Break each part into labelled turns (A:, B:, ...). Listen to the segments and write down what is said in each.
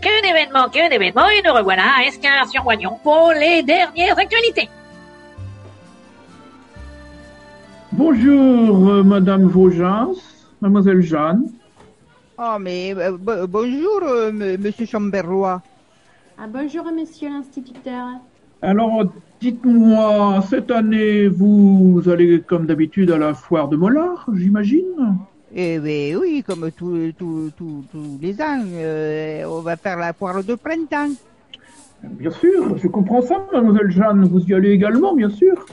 A: Qu'un événement, qu'un événement, et nous revoilà à Escar-sur-Oignon pour les dernières actualités.
B: Bonjour, euh, Madame Vaujas, Mademoiselle Jeanne.
C: Oh, mais euh, bo- bonjour, euh, m- monsieur Chamberrois.
D: Ah, bonjour, monsieur l'instituteur.
B: Alors, dites-moi, cette année, vous allez comme d'habitude à la foire de Mollard, j'imagine
C: Eh ben oui, comme tous tous- tous- tous les ans, euh, on va faire la foire de printemps.
B: Bien sûr, je comprends ça, Mademoiselle Jeanne. Vous y allez également, bien sûr.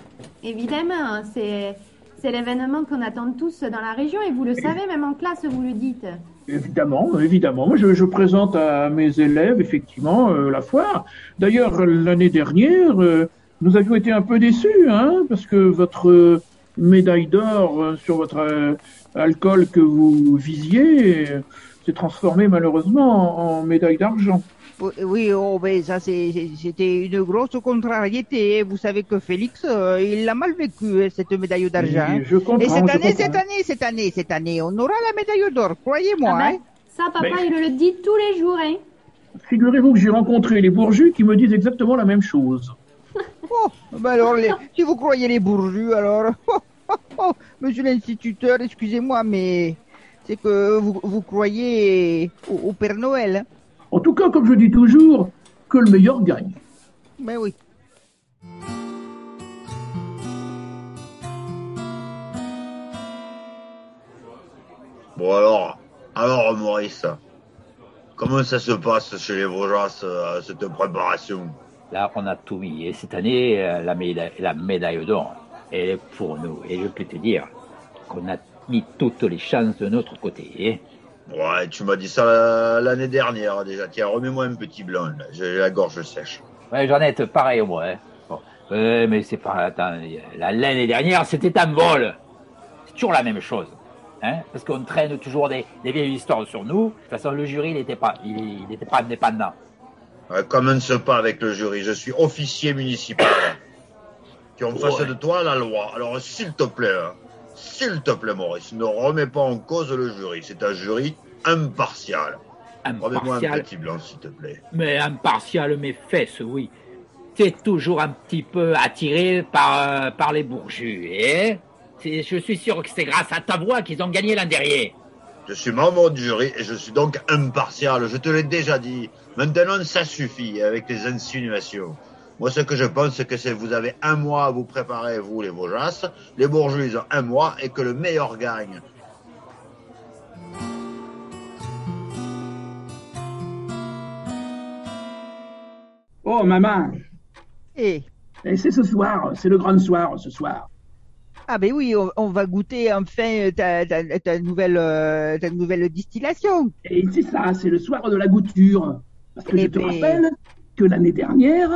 D: Évidemment, c'est, c'est l'événement qu'on attend tous dans la région et vous le savez, même en classe, vous le dites.
B: Évidemment, évidemment. Moi, je, je présente à mes élèves, effectivement, euh, la foire. D'ailleurs, l'année dernière, euh, nous avions été un peu déçus, hein, parce que votre euh, médaille d'or euh, sur votre euh, alcool que vous visiez euh, s'est transformée malheureusement en, en médaille d'argent.
C: Oui, Oui, oh, ben ça, c'est- c'est- c'était une grosse contrariété. hein. Vous savez que Félix, euh, il l'a mal vécu, hein, cette médaille d'argent.
B: Et Je comprends.
C: Et cette
B: je
C: année,
B: comprends.
C: cette année, cette année, cette année, on aura la médaille d'or, croyez-moi.
D: Ah
C: hein.
D: ben, ça, papa,
B: Mais-
D: il le dit tous les jours, hein.
B: Figurez-vous que j'ai rencontré les bourgeus qui me disent exactement la même chose.
C: Oh, ben alors, les- si vous croyez les bourgeois, alors, oh, oh, oh, monsieur l'instituteur, excusez-moi, mais c'est que vous, vous croyez au, au Père Noël. hein.
B: En tout cas, comme je dis toujours, que le meilleur gagne.
C: Ben oui.
E: Bon alors, alors Maurice, comment ça se passe chez les Vosges, euh, cette préparation
F: Là, on a tout mis. Et cette année, euh, la médaille, la médaille d'or, elle est pour nous. Et je peux te dire qu'on a mis toutes les chances de notre côté. hein.
E: Ouais, tu m'as dit ça la- l'année dernière déjà. Tiens, remets-moi un petit blanc, là. j'ai la gorge sèche.
F: Ouais, j'en ai pareil, moi. hein. Bon. Ouais, mais c'est pas. Attends, la- l'année dernière, c'était un vol. C'est toujours la même chose. Hein Parce qu'on traîne toujours des, des vieilles histoires sur nous. De toute façon, le jury, il n'était pas, il, il était pas indépendant.
E: Ouais, commence pas avec le jury, je suis officier municipal. tu en face
F: Ouais.
E: de toi la loi. Alors s'il te plaît, hein, s'il te plaît Maurice, ne remets pas en cause le jury. C'est un jury impartial. Remets-moi un
F: Impartial.
E: petit blanc s'il te plaît.
F: Mais impartial, mes fesses, oui. C'est toujours un petit peu attiré par, euh, par les bourgeois, hein C'est- Je suis sûr que c'est grâce à ta voix qu'ils ont gagné l'an dernier.
E: Je suis membre du jury et je suis donc impartial, je te l'ai déjà dit. Maintenant, ça suffit avec les insinuations. Moi, ce que je pense, c'est que c'est vous avez un mois à vous préparer, vous, les Vosges. Les Bourgeois, ils ont un mois et que le meilleur gagne.
G: Oh, maman,
C: Et,
B: Et c'est ce soir, c'est le grand soir ce soir.
C: ah ben oui, on, on va goûter enfin ta, ta- ta nouvelle, euh, ta nouvelle distillation.
B: Et c'est ça, c'est le soir de la goûture. Parce que
C: Eh
B: je te
C: ben.
B: rappelle que l'année dernière,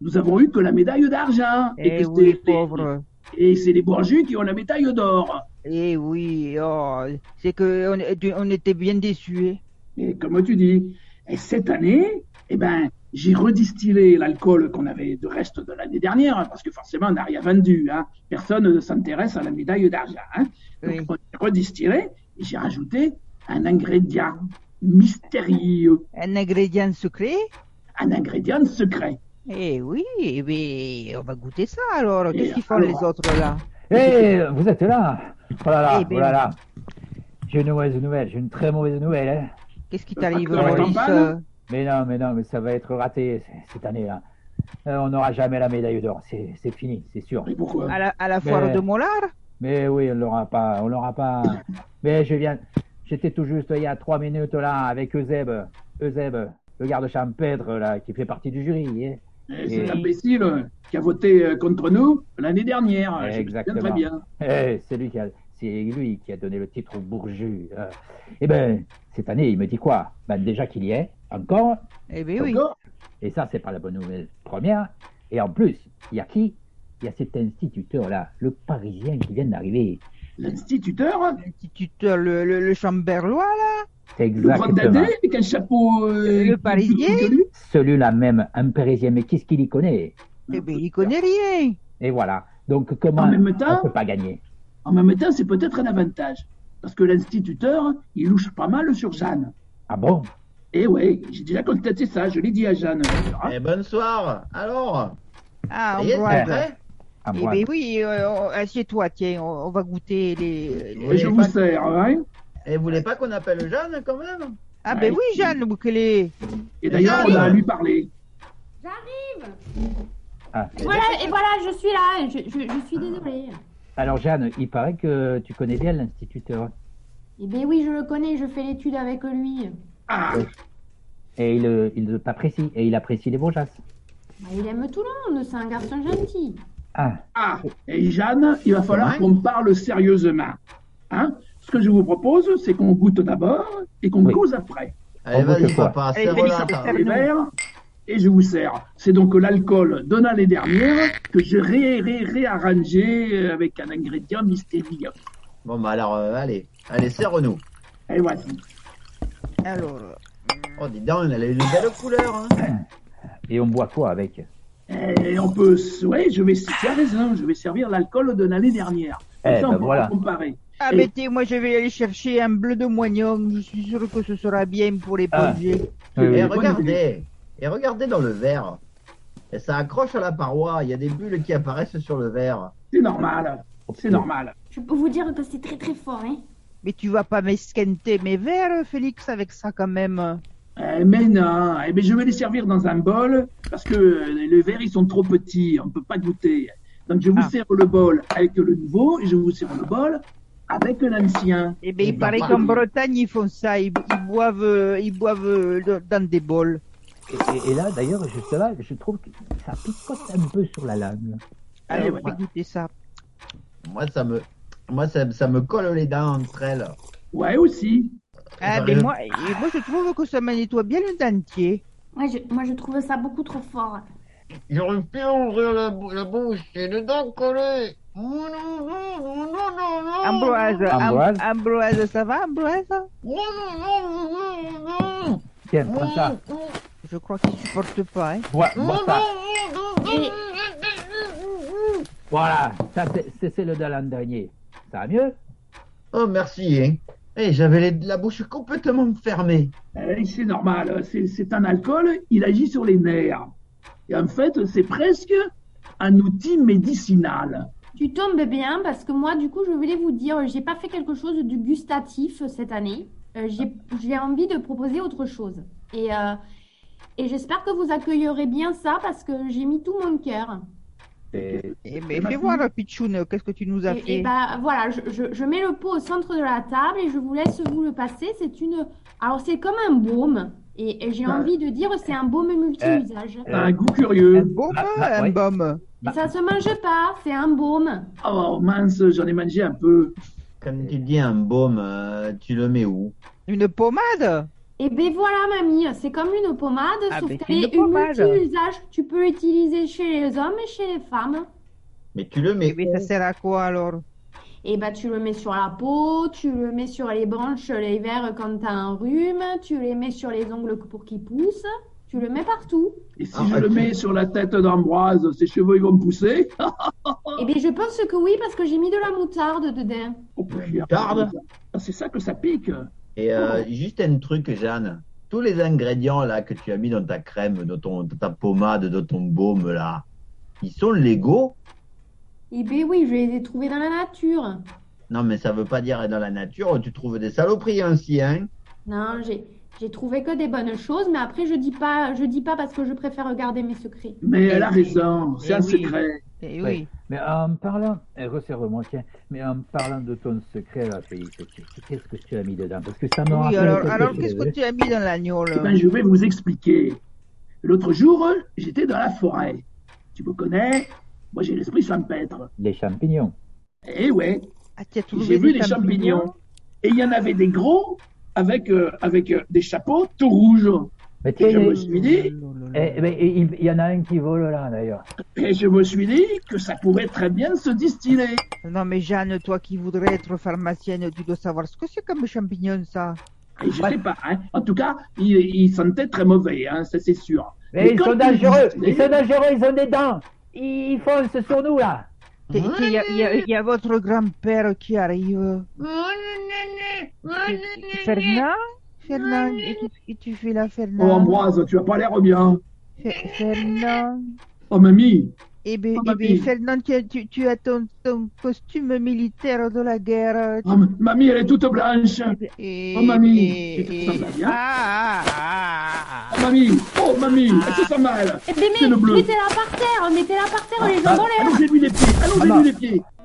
B: nous avons eu que la médaille d'argent.
C: Eh
B: que
C: oui,
B: c'est-
C: pauvre.
B: Et c'est les bourgeois qui ont la médaille d'or.
C: Eh oui, oh, c'est que on, était- on était bien déçus. hein.
B: Et comme tu dis, et cette année, eh ben, j'ai redistillé l'alcool qu'on avait de reste de l'année dernière, hein, parce que forcément, on n'a rien vendu. Hein. Personne ne s'intéresse à la médaille d'argent. Hein. Donc,
C: Oui.
B: on a redistillé et j'ai rajouté un ingrédient mystérieux,
C: Un ingrédient secret
B: un ingrédient secret.
C: Eh oui, eh ben, on va goûter ça alors.
B: Et
C: Qu'est-ce qu'ils font
B: alors
C: les autres là
F: Eh, vous êtes là Oh là là,
C: Eh ben.
F: oh là là. J'ai une mauvaise nouvelle, j'ai une très mauvaise nouvelle. hein.
C: Qu'est-ce qui
E: Euh,
C: t'arrive,
B: Facteur
F: et
C: Maurice
B: campagne
E: hein.
C: euh
F: Mais non, mais non, mais ça va être raté c- cette année-là. Euh, on n'aura jamais la médaille d'or, c'est c'est fini, c'est sûr.
B: Mais pourquoi
C: euh, à la, à la foire
F: Mais-
C: de Mollard
F: Mais oui, on l'aura pas, on l'aura pas. Mais je viens, j'étais tout juste il y a trois minutes là avec Euseb, Euseb, le garde-champêtre là, qui fait partie du jury. hein.
B: Eh, Cet
F: Et-
B: imbécile euh, qui a voté euh, contre nous l'année dernière.
F: Eh,
B: Je me souviens
F: exactement.
B: Très bien.
F: Eh, c'est lui qui a, c'est lui qui a donné le titre au Bourju. euh. Eh ben, cette année, il me dit quoi Ben déjà qu'il y est, encore.
C: Eh ben oui.
B: Encore
F: Et ça, c'est pas la bonne nouvelle première. Et en plus, il y a qui Il y a cet instituteur là, le Parisien qui vient d'arriver.
B: L'instituteur,
C: L'instituteur, le, le, le chamberlois là
F: C'est
B: le grand dadais
F: exactement
B: avec un chapeau. euh,
C: Le Parisien
B: qui- qui- qui- qui-
F: celui-là même, un Parisien. Mais qu'est-ce qu'il y connaît
C: Eh ben, il connaît rien.
F: Et voilà. Donc, comment
B: En même temps-
F: on peut pas gagner
B: En même temps, c'est peut-être un avantage. Parce que l'instituteur, il louche pas mal sur Jeanne.
F: Ah bon
B: Eh ouais, j'ai déjà constaté ça, je l'ai dit à Jeanne. Ah.
E: Eh, bonsoir. Alors,
C: Ah,
E: ça y est, t'es
C: Ambroise.
E: prêt
F: Ah
C: Eh
F: bon,
C: ben oui, euh, on- assieds-toi, tiens, on, on va goûter les. les-
B: Et je vous sers, hein
E: Et vous voulez pas qu'on appelle Jeanne quand même
C: Ah ben oui, Jeanne, le bouquelet.
B: Et d'ailleurs,
E: Eh,
B: on a à lui parler.
D: Voilà, et voilà, je suis là. Je, je- je suis désolée.
F: Alors Jeanne, il paraît que tu connais bien l'instituteur.
D: Eh bien oui, je le connais, je fais l'étude avec lui.
B: Ah,
F: Et il, euh, il t'apprécie. Et il apprécie les Vosges.
D: Bah, il aime tout le monde, c'est un garçon gentil.
F: Ah,
B: ah, et Jeanne, il va falloir
E: Ouais.
B: qu'on parle sérieusement. Hein Ce que je vous propose, c'est qu'on goûte d'abord et qu'on
F: Oui.
B: cause après.
E: Allez,
F: On veut
E: Eh, vas-y,
F: que quoi
E: papa,
C: Allez,
E: serre-la,
C: Eh, Félix,
E: ta-
C: serre-
B: Les verres, et je vous sers. C'est donc l'alcool donnant les dernières que j'ai ré, ré, réarrangé avec un ingrédient mystérieux.
E: Bon, bah alors, euh, allez, allez, serre-nous.
B: Et voici.
C: Alors,
E: Oh, dis donc, elle a une belle couleur. Hein.
F: et on boit quoi avec
B: Eh Et on peut, oui, je vais servir je vais servir l'alcool de l'année dernière. Comme
F: Eh
B: ça, on
F: ben
B: pourra
F: voilà.
B: comparer.
C: ah
B: Et-
C: ben tiens, moi je vais aller chercher un bleu de moignon. Je suis sûr que ce sera bien pour les
F: Ah.
C: projets.
F: Oui, oui.
E: Et
B: bonne
E: regardez, et regardez dans le verre. Et ça accroche à la paroi, il y a des bulles qui apparaissent sur le verre.
B: C'est normal,
F: Euh,
B: c'est normal.
D: Je peux vous dire que c'est très très fort, hein.
C: Mais tu vas pas m'esquinter mes verres, Félix, avec ça quand même.
B: Eh, mais non, eh, mais je vais les servir dans un bol parce que euh, les verres ils sont trop petits, on peut pas goûter. Donc je vous
C: Ah.
B: sers le bol avec le nouveau et je vous sers le bol avec l'ancien.
C: Eh ben,
B: Et
C: il paraît
B: bah,
C: qu'en
B: bah,
C: Bretagne ils font ça, ils, ils boivent, euh, ils boivent euh, de- dans des bols.
F: Et, et- et là, d'ailleurs, juste là, je trouve que ça picote un peu sur la langue.
C: Allez,
B: ouais.
C: on va goûter ça.
E: Moi, ça me, moi, ça, ça me colle les dents entre elles.
B: Ouais aussi.
C: Ah
E: Ça
C: ben
E: va.
C: moi, et moi je trouve que ça me nettoie bien le dentier.
D: Moi je, moi, je trouve ça beaucoup trop fort.
E: J'aurais pu ouvrir la, bou- la bouche et les dents collées. Non, non, non, non, non, non.
C: Ambroise, Am-
F: Ambroise.
C: Ambroise, ça va, Ambroise
E: Non, non, non, non, non, non.
F: Tiens, prends ça.
C: Je crois qu'il supporte pas. Hein.
F: Bois, bois ça.
D: Et
F: Voilà, ça, c'est- c'est c'est le de l'an dernier. Ça va mieux
E: Oh, merci, hein. Eh, j'avais les- la bouche complètement fermée.
B: Eh, c'est normal, c'est c'est un alcool, il agit sur les nerfs. Et en fait, c'est presque un outil médicinal.
D: tu tombes bien parce que moi, du coup, je voulais vous dire, j'ai pas fait quelque chose de gustatif cette année. Euh, j'ai- j'ai envie de proposer autre chose. Et, euh, et j'espère que vous accueillerez bien ça parce que j'ai mis tout mon cœur.
F: Et-
C: Eh
B: Et
C: ben,
B: ma
C: fais
B: fille
C: voir, Pichoun, qu'est-ce que tu nous as
D: Et,
C: fait
D: et bah voilà, je, je- je mets le pot au centre de la table et je vous laisse vous le passer. C'est une. Alors c'est comme un baume. Et, et j'ai
B: Ouais.
D: envie de dire c'est un baume multi-usage.
C: Eh.
B: Un goût curieux.
C: Bon,
F: Ah,
C: ben,
F: ah,
C: un
F: ouais.
C: baume.
F: bah-
D: Ça se mange pas, c'est un baume.
C: Eh.
B: Oh mince, j'en ai mangé un peu.
E: Quand tu dis un baume, euh, tu le mets où
C: Une pommade
D: Et ben voilà mamie, c'est comme une pommade,
C: Ah,
D: sauf
C: ben,
D: qu'elle
C: c'est
D: est
C: une
D: une
C: pommade.
D: multi-usage. Tu peux l'utiliser chez les hommes et chez les femmes.
E: Mais tu le mets
C: Eh ben, ça sert à quoi alors
D: Et bah tu le mets sur la peau, tu le mets sur les branches, les verres quand t'as un rhume, tu les mets sur les ongles pour qu'ils poussent, tu le mets partout.
B: Et si
E: Ah,
B: je le
E: ok.
B: mets sur la tête d'Ambroise, ses cheveux ils vont me pousser.
D: Eh bien, je pense que oui, parce que j'ai mis de la moutarde dedans.
B: Oh,
C: Eh,
B: putain.
E: Garde.
B: Ah, C'est ça que ça pique.
E: Et euh, juste un truc, Jeanne. Tous les ingrédients là que tu as mis dans ta crème, dans, ton, dans ta pommade, dans ton baume là, ils sont légaux
D: Eh bien, oui, je les ai trouvés dans la nature.
E: Non, mais ça veut pas dire dans la nature, tu trouves des saloperies ainsi, hein
D: Non, j'ai, j'ai trouvé que des bonnes choses, mais après, je dis pas, je dis pas parce que je préfère garder mes secrets.
B: Mais elle a raison, c'est
C: Eh
B: un
C: oui.
B: secret.
C: Eh
F: Oui.
C: oui.
F: Mais en parlant, eh, resserre-moi, tiens, mais en parlant de ton secret, là, Félix, tu- qu'est-ce que tu as mis dedans Parce que ça me
C: Oui,
F: rappelle
C: alors,
F: quelque
C: alors
F: chose,
C: qu'est-ce que
F: hein.
C: tu as mis dans l'agneau
B: Eh
C: là
B: ben, je vais vous expliquer. L'autre jour, j'étais dans la forêt. Tu me connais Moi, j'ai l'esprit champêtre.
F: Les champignons.
B: Eh ouais,
C: Ah, tu as trouvé
B: j'ai vu des champignons. Et il y en avait des gros avec, euh, avec euh, des chapeaux tout rouges.
F: Mais
B: Et
F: tiens,
B: je
F: il y a-
C: Oh
B: me suis dit,
F: eh, mais il il y en a un qui vole là, d'ailleurs.
B: et je me suis dit que ça pouvait très bien se distiller.
C: Non mais Jeanne, toi qui voudrais être pharmacienne, tu dois savoir ce que c'est comme champignon ça.
B: Et je sais pas, hein. En tout cas, il, il sentait très mauvais, hein, ça c'est sûr.
F: Mais
B: Et
F: Eh, ils
B: quand
F: sont
B: il
F: dangereux,
B: disait-
F: ils sont dangereux, ils ont des dents. Ils foncent sur nous, là
C: Il y, a- y a- y a votre grand-père qui arrive. Fernand Fernand, et tu, et tu fais là,
B: Oh,
C: Fernand
B: Ambroise, tu as pas l'air bien.
C: Fer- Fernand
B: Oh, mamie.
C: Eh bien,
B: Oh, mamie.
C: Fernand, tu as, tu- tu as ton, ton costume militaire de la guerre.
B: Oh, ma- mamie, elle est toute blanche.
C: Et,
B: Oh, mamie.
C: et-
B: Ça hein. va bien
C: Ah, ah, ah,
B: Oh, mamie. Oh, mamie.
D: Ah.
B: Elle se sent mal.
D: Eh ben,
B: Ah,
D: Mais, mais
B: le bleu.
D: mettez-la par terre, mettez-la par terre, les jambes Oh, en l'air. Ah,
B: Allongez-lui les pieds. Allongez-lui les pieds.